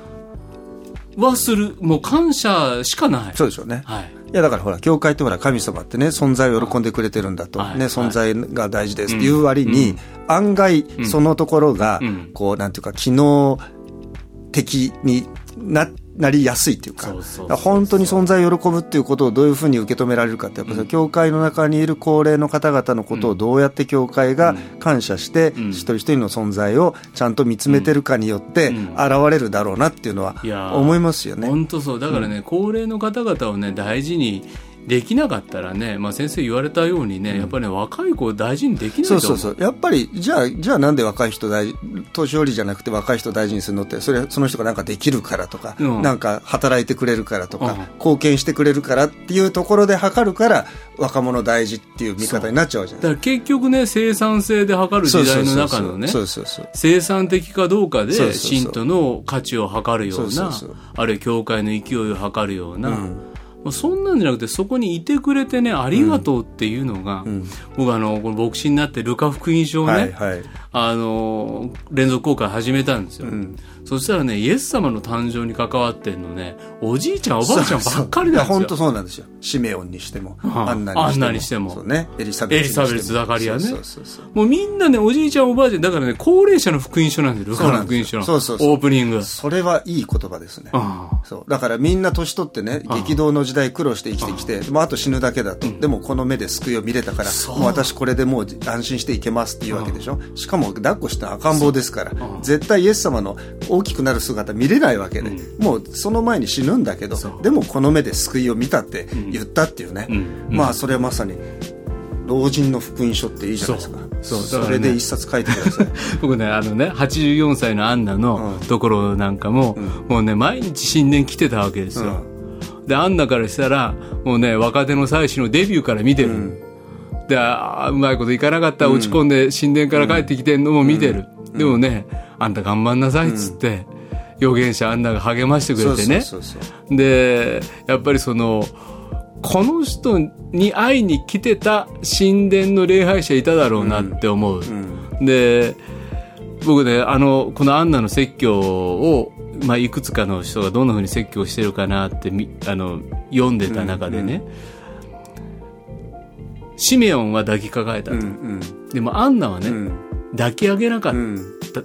S6: するもう感謝しかない
S7: そうでしょうね。
S6: はい
S7: いやだからほら、教会ってほら、神様ってね、存在を喜んでくれてるんだと、
S6: はい
S7: ね、
S6: はい
S7: 存在が大事ですっていう割に、案外、そのところが、
S6: うん
S7: こう、なんていうか、機能的にな、なりやすいっていうか、
S3: そうそうそうそう
S7: だから本当に存在を喜ぶっていうことをどういうふうに受け止められるかって、やっぱり教会の中にいる高齢の方々のことをどうやって教会が感謝して、
S6: ん
S7: 一人一人の存在をちゃんと見つめてるかによって、
S6: うん
S7: 現れるだろうなっていうのはい
S3: やー
S7: 思いますよね。
S6: 本当そうだからね、高齢の方々をね大事にできなかったらね、まあ、先生言われたようにね、やっぱりね若い子を大事にできないと
S7: そ
S6: 思
S7: うそうそう。やっぱり、じゃあ、じゃあなんで若い人大事、年寄りじゃなくて若い人大事にするのって、それ、その人がなんかできるからとか、
S6: うん
S7: なんか働いてくれるからとか、
S6: うん
S7: 貢献してくれるからっていうところで測るから、若者大事っていう見方になっちゃうじゃ
S6: だ
S7: ない
S6: から結局ね生産性で測る
S7: そう
S6: 時
S7: そ
S6: 代
S7: う
S6: の
S7: そう
S6: 中
S7: そう
S6: のね
S7: そうそうそう。
S6: 生産的かどうか
S7: そうそう
S6: で
S7: そう
S6: 信徒の価値を測るよう
S7: そ
S6: な
S7: うそうそう
S6: あるいは教会の勢いを測るような、
S7: ん
S6: もうそんなんじゃなくてそこにいてくれてねありがとうっていうのが、僕あのこの牧師になってルカ福音書をね、
S7: はいはい。
S6: あの連続公開始めたんですよ、そしたらねイエス様の誕生に関わってんのねおじいちゃんおばあちゃんばっかりなんですよ
S7: 本当そうなんですよ。シメオンにしても、
S6: ん
S7: アンナにしても。
S6: アンナにしても
S7: そうね。エリサベスにしても。
S6: エリサベスザカリアね
S7: そうそうそうそう
S6: もうみんなねおじいちゃんおばあちゃんだからね高齢者の福音書なんですよル
S7: そ
S6: カ
S7: うな
S6: の
S7: ん
S6: 福
S7: で
S6: 音
S7: す
S6: 書
S7: よ
S6: の
S7: そうそうそう
S6: オープニング
S7: それはいい言葉ですね。
S6: うん
S7: そうだからみんな年取ってね激動の時代苦労して生きてきてもうあと死ぬだけだと、でもこの目で救いを見れたからもう私これでもう安心していけますっていうわけでしょ、しかも抱っこしたら赤ん坊ですから、絶対イエス様の大きくなる姿見れないわけで、もうその前に死ぬんだけどでもこの目で救いを見たって言ったっていうね、まあそれはまさに老人の福音書っていいじゃないですか
S6: そ
S7: そう
S6: そうだからね
S7: れで一冊書いてください
S6: 僕ね、あのね、84歳のアンナのところなんかも、もうね、毎日新年来てたわけですよ。で、アンナからしたら、もうね、若手の妻子のデビューから見てる。で、あーうまいこといかなかった、落ち込んで神殿から帰ってきてんのも見てる。でもね、あんた頑張んなさいっつって、預言者アンナが励ましてく
S7: そ
S6: れ
S7: う
S6: て
S7: そう
S6: ね。
S7: そうそう
S6: で、やっぱりその、この人に会いに来てた神殿の礼拝者いただろうなって思う。で、僕ね、あの、このアンナの説教を、まあ、いくつかの人がどんな風に説教してるかなってみ、あの、読んでた中でね、シメオンは抱きかかえたと。
S7: うん
S6: でもアンナはね、
S7: ん
S6: 抱き上げなかった、
S7: ん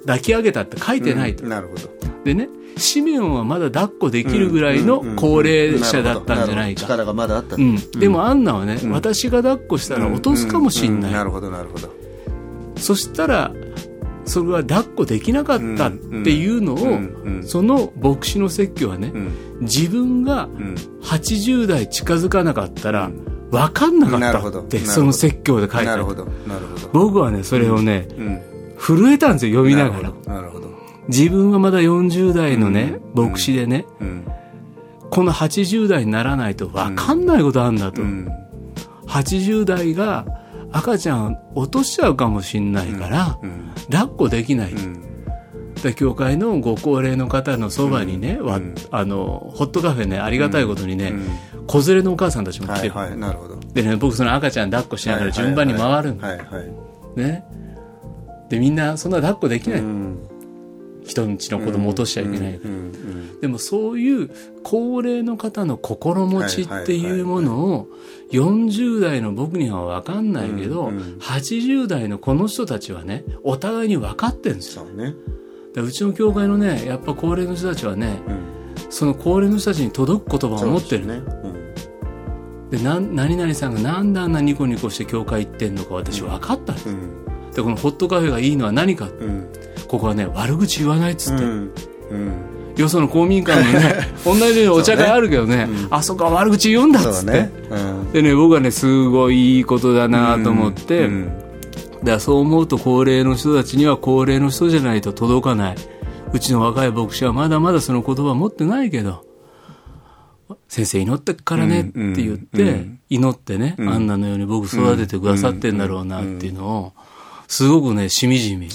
S6: 抱き上げたって書いてないと。
S7: なるほど
S6: でね、シメオンはまだ抱っこできるぐらいの高齢者だったんじゃない
S7: るほどるほど力
S6: か。
S7: がまだあった
S6: う
S7: と
S6: ん、でもアンナはね、私が抱っこしたら落とすかもしんない、
S7: うなるほどなるほど
S6: そしたらそれは抱っこできなかったっていうのを、
S7: んうん
S6: その牧師の説教はね、
S7: ん
S6: 自分が
S7: ん
S6: 80代近づかなかったら、分かんなか
S7: なる
S6: っ
S7: ほ
S6: た
S7: ど
S6: って
S7: なるほど
S6: その説教で書いて
S7: な
S6: あ
S7: る
S6: る
S7: ほどなるほど
S6: 僕はねそれをね、
S7: うん
S6: 震えたんですよ読み
S7: な
S6: な
S7: る
S6: が
S7: ほ
S6: ら
S7: どなるほど
S6: 自分はまだ40代のね、
S7: うん
S6: 牧師でね、
S7: うん
S6: この80代にならないと分かんないことあんだと、
S7: うん
S6: 80代が赤ちゃん落としちゃうかもしんないから、
S7: うん
S6: 抱っこできない、
S7: うん
S6: で教会のご高齢の方のそばにね、わ
S7: うん
S6: あのホットカフェねありがたいことにね、
S7: う
S6: 子連れのお母さんたちも来
S7: は
S6: て
S7: い
S6: る、
S7: はいなるほど
S6: でね僕その赤ちゃん抱っこしながら順番に回るんだ
S7: はいはいはい
S6: ねでみんなそんな抱っこできない、
S7: うん
S6: 人んちの子供落としちゃいけないから、
S7: うんうん
S6: でもそういう高齢の方の心持ちっていうものを40代の僕には分かんないけど、
S7: うんうん
S6: 80代のこの人たちはねお互いに分かってるんですよ
S7: そうね
S6: でうちの教会のねやっぱ高齢の人たちはね
S7: うん
S6: その高齢の人たちに届く言葉を持ってる
S7: そうですね
S6: でなん何々さんがなんであんなニコニコして教会行ってんのか私分かった、
S7: うん
S6: でこのホットカフェがいいのは何か
S7: うん
S6: ここはね悪口言わないっつって、
S7: うんうん
S6: よその公民館 のね同じようにお茶会あるけどねあそこは悪口言うんだっ
S7: そう
S6: つっ
S7: だ
S6: て、
S7: ねうん
S6: でね僕はねすごいいいことだなと思って、
S7: うん
S6: だからそう思うと高齢の人たちには高齢の人じゃないと届かないうちの若い牧師はまだまだその言葉持ってないけど先生祈ってっからねって
S7: うん
S6: 言って、
S7: うんうん
S6: 祈ってね、
S7: ん
S6: アンナのように僕育ててくださってんだろうなっていうのをすごくねしみじみ
S7: ね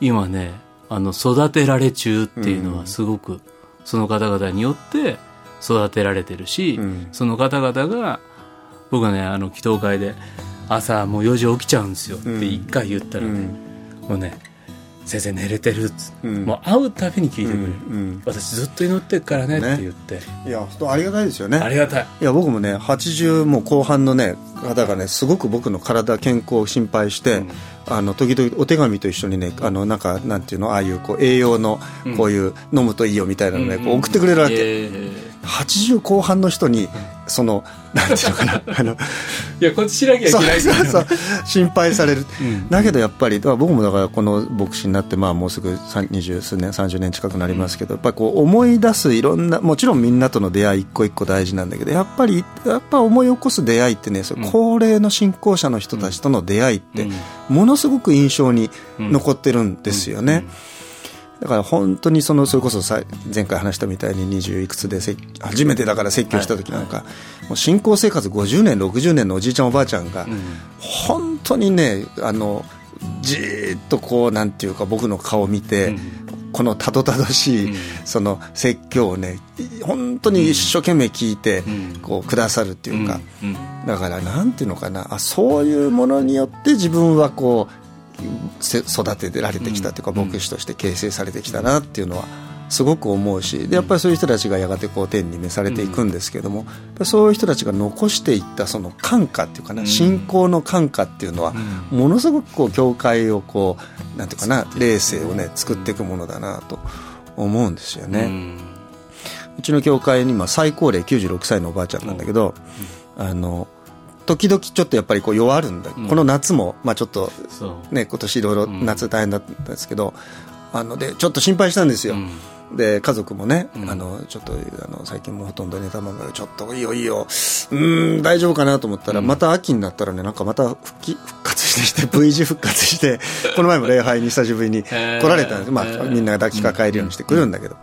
S6: 今ねあの育てられ中っていうのはすごく、その方々によって育てられてるし、
S7: うん
S6: その方々が僕はねあの祈祷会で朝もう4時起きちゃうんですよって一回言ったらね、もうね先生寝れてるっつ、
S7: うん
S6: もう会うたびに聞いてく
S7: う
S6: れる、
S7: ん
S6: 私ずっと祈ってっからねって言って、
S7: いや本当ありがたいですよね
S6: ありがたい
S7: いや僕もね80もう後半のね方がねすごく僕の体健康を心配して、あの時々お手紙と一緒にねあのなんかなんていうのああいうこう栄養のこういう飲むといいよみたいなのね、こう送ってくれるわけ、
S6: え
S7: 80後半の人にそのなんていうのかなあの
S6: ーいやこっちしなきゃいけ
S7: そう
S6: ないです
S7: そ
S6: よ
S7: うそう心配される、だけどやっぱりだから僕もだからこの牧師になってまあもうすぐ三二十数年30年近くなりますけど、やっぱりこう思い出すいろんなもちろんみんなとの出会い一個一個大事なんだけどやっぱりやっぱ思い起こす出会いってね、そう高齢の信仰者の人たちとの出会いってものすごく印象に残ってるんですよね。だから本当にそのそれこそさ前回話したみたいに20いくつでせ初めてだから説教した時なんか、もう信仰生活50年60年のおじいちゃんおばあちゃんが、本当にねあのじーっとこうなんていうか僕の顔を見て、このたどたどしい、その説教をね本当に一生懸命聞いて、こうくださるっていうか、だからなんていうのかなあそういうものによって自分はこうせ育てられてきたというか、牧師として形成されてきたなっていうのはすごく思うしでやっぱりそういう人たちがやがてこう天に召されていくんですけども、やっぱりそういう人たちが残していったその感化っていうかな、信仰の感化っていうのは、ものすごくこう教会をこうなんていうかな霊性をね作っていくものだなと思うんですよね。うちの教会に今最高齢96歳のおばあちゃんなんだけど、あの時々ちょっとやっぱりこう弱るんだ、この夏も、まあ、ちょっと、
S6: そう
S7: ね、今年いろいろ夏大変だったんですけど、あのでちょっと心配したんですよ、で家族もね、あのちょっとあの最近もうほとんど寝たままでちょっといいよいいようーん大丈夫かなと思ったら、また秋になったらねなんかまた復帰復活してきて V 字復活してこの前も礼拝に久しぶりに来られたんです、まあ、みんなが抱きかかえるようにしてくるんだけど、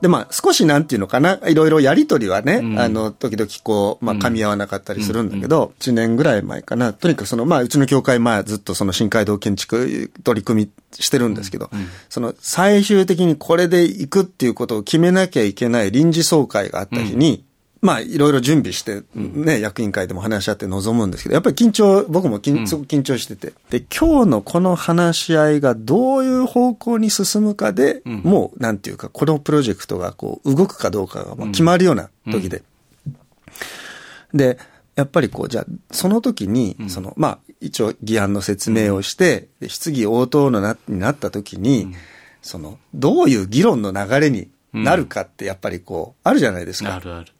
S7: で、まあ、少しなんていうのかな、いろいろやりとりはね、あの、時々こう、まあ、噛み合わなかったりするんだけど、1年ぐらい前かな、とにかくその、まあ、うちの教会、まあ、ずっとその新街道建築取り組みしてるんですけど、その、最終的にこれで行くっていうことを決めなきゃいけない臨時総会があった日に、まあ、いろいろ準備して、ね、役員会でも話し合って臨むんですけど、やっぱり緊張、僕も緊すごく緊張してて。で、今日のこの話し合いがどういう方向に進むかで、もう、なんていうか、このプロジェクトがこう、動くかどうかがもう決まるような時で。で、やっぱりこう、じゃあ、その時に、その、まあ、一応、議案の説明をして、で質疑応答のな、になった時に、その、どういう議論の流れになるかって、やっぱりこう、あるじゃないですか
S6: あ。るある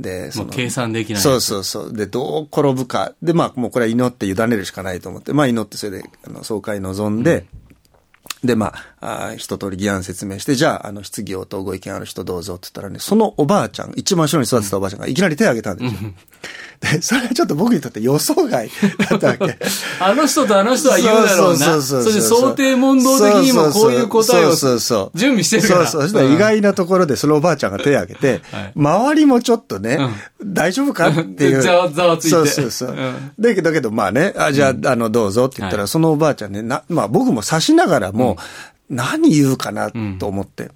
S7: で、そ
S6: もう
S7: の、
S6: 計算できない
S7: そうそうそう。で、どう転ぶか。で、まあ、もうこれは祈って委ねるしかないと思って、まあ、祈ってそれで、あの、総会臨んで、で、まあ、あー一通り議案説明して、じゃあ、あの、質疑応答ご意見ある人どうぞって言ったらね、そのおばあちゃん、一番後ろに座ってたおばあちゃんがいきなり手を挙げたんですよ。で、それはちょっと僕にとって予想外だったわけ。
S6: あの人とあの人は言うだろう
S7: そ
S6: な。そう
S7: そうそうそう
S6: して想定問答的にもこういう答え
S7: そ
S6: を
S7: うそうそう
S6: 準備してるから。
S7: そうそう。そしたら意外なところでそのおばあちゃんが手を挙げて、
S6: はい
S7: 周りもちょっとね、大丈夫かっていう。
S6: ざわざわついて
S7: そうそうそう。
S6: うん
S7: だけど、だけどまあね、あ、じゃあ、あの、どうぞって言ったら、
S6: はい
S7: そのおばあちゃんね、な、まあ僕も指しながらも、何言うかなと思って。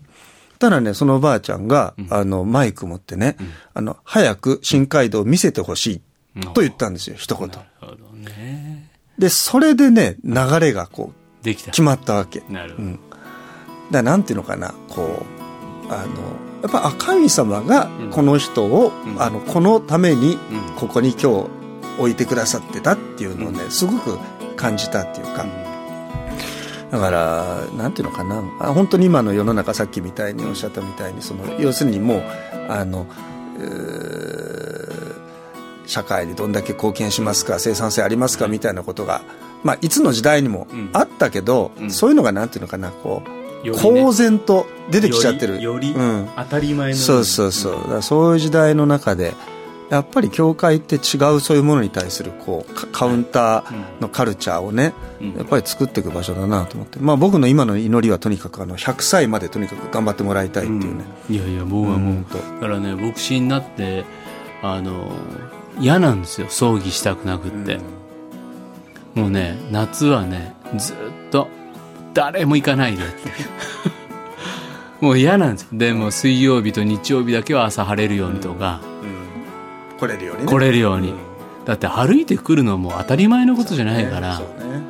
S7: ただね、そのおばあちゃんが、あの、マイク持ってね、あの、早く新街道を見せてほしい、と言ったんですよ、一言。
S6: なるほどね。
S7: で、それでね、流れがこう、
S6: できた。
S7: 決まったわけ。
S6: なるほ
S7: う
S6: ど
S7: ん。だからなんていうのかなこうあのやっぱあ神様が
S6: うん
S7: この人を、
S6: ん
S7: あのこのために
S6: ん
S7: ここに今日置いてくださってたっていうのをね、すごく感じたっていうか、だからなんていうのかなあ本当に今の世の中さっきみたいにおっしゃったみたいにその要するにもうあのうー社会にどんだけ貢献しますか生産性ありますかみたいなことが、まあ、いつの時代にもあったけど、
S6: うんうん
S7: そういうのがなんていうのかなこう
S6: よりね
S7: 公然と出てきちゃってる。
S6: よりより
S7: うん。
S6: 当たり前のよに。
S7: そうそうそう。だ
S6: ん
S7: からそういう時代の中で、やっぱり教会って違うそういうものに対するこうカカウンターのカルチャーをね、
S6: うん
S7: やっぱり作っていく場所だなと思って、まあ、僕の今の祈りはとにかくあの100歳までとにかく頑張ってもらいたいっていうね、
S6: いやいや、僕はもう、
S7: うんと
S6: だからね、牧師になって、あの、嫌なんですよ、葬儀したくなくって。もうね、夏はね、ずっと、誰も行かないでって。もう嫌なんですよ。でも、水曜日と日曜日だけは朝晴れるようにとか、
S7: 来れるようにね
S6: 来れるように。だって歩いてくるのも当たり前のことじゃないから、
S7: そうね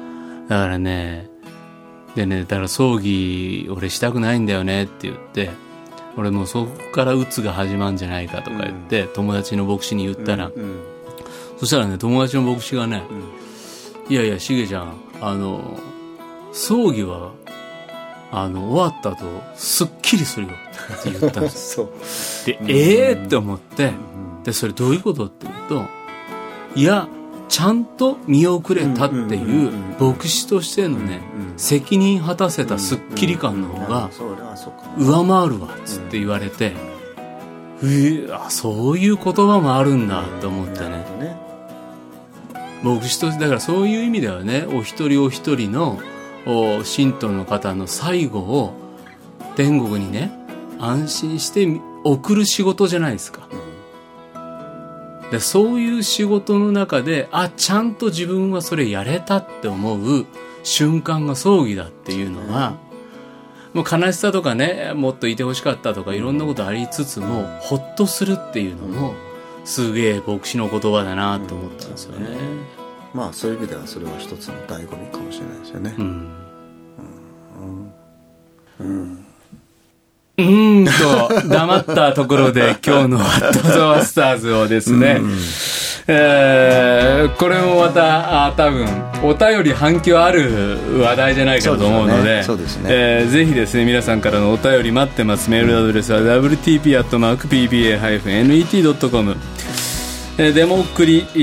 S6: だからね、でね、だから葬儀、俺したくないんだよねって言って、俺もうそこから鬱が始まるんじゃないかとか言って、友達の牧師に言ったら、
S7: うんうん
S6: そしたらね、友達の牧師がね、いやいや、しげちゃん、あの、葬儀は、あの、終わった後、すっきりするよって言ったんです。
S7: そう
S6: で、ええー、って思って、で、それどういうことって言うと、いや、ちゃんと見送れたっていう牧師としてのね、責任果たせたスッキリ感の方が
S7: そうだそうか
S6: 上回るわ、つって言われて、うえあそういう言葉もあるんだって思ってね。
S7: ね
S6: 牧師として、だからそういう意味ではね、お一人お一人の、お信徒の方の最後を天国にね、安心して送る仕事じゃないですか。でそういう仕事の中で、あ、ちゃんと自分はそれやれたって思う瞬間が葬儀だっていうのは、もう悲しさとかね、もっといてほしかったとかいろんなことありつつも、ほっとするっていうのも、すげえ牧師の言葉だなと思ったんですよね。
S7: まあそういう意味ではそれは一つの醍醐味かもしれないですよね、
S6: うん。うーんと、黙ったとこ ろで今日の「ワット・ザ・ワスターズ」をですね、えーこれもまた、あ多分、お便り反響ある話題じゃないかと思うので、
S7: そうですねそうですね
S6: えーぜひですね、皆さんからのお便り待ってます。メールアドレスは wtp.pba-net.com。えーデモ送り、え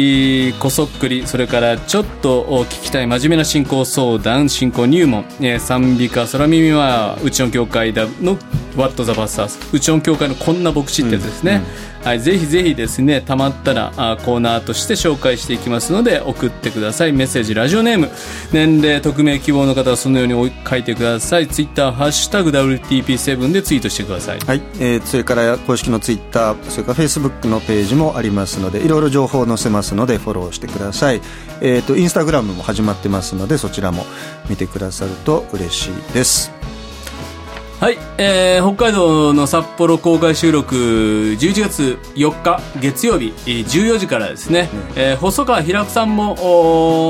S6: ーこそっくり、それからちょっとお聞きたい真面目な進行相談、進行入門、えー賛美歌、空耳は、うちの教会だの、ワットザバスターズ、うちの教会のこんな牧師ってやつですね。はい、ぜひぜひですね、たまったらあーコーナーとして紹介していきますので、送ってください。メッセージ、ラジオネーム、年齢、匿名希望の方はそのようにおい書いてください。ツイッター、ハッシュタグ WTP7 でツイートしてください。
S7: はい、えーそれから公式のツイッターそれからフェイスブックのページもありますのでいろいろ情報を載せますのでフォローしてくださいえっ、とインスタグラムも始まってますのでそちらも見てくださると嬉しいです
S6: はい、えー北海道の札幌公開収録11月4日月曜日えー14時からですね、えー細川平久さんも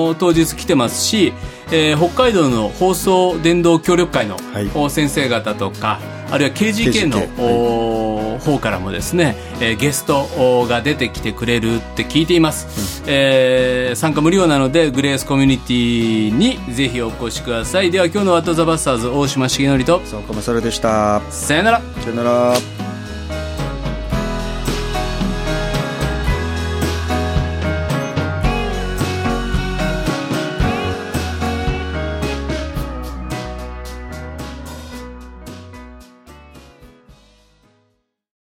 S6: おー当日来てますし、えー北海道の放送伝道協力会の、
S7: い
S6: お先生方とかあるいは KGK の
S7: KGK
S6: おー方からもですね、えーゲストおーが出てきてくれるって聞いています、えー参加無料なのでグレースコミュニティにぜひお越しくださいでは今日の「ワットザバスターズ大島重則と
S7: そうかもそれでした
S6: さよなら
S7: さよなら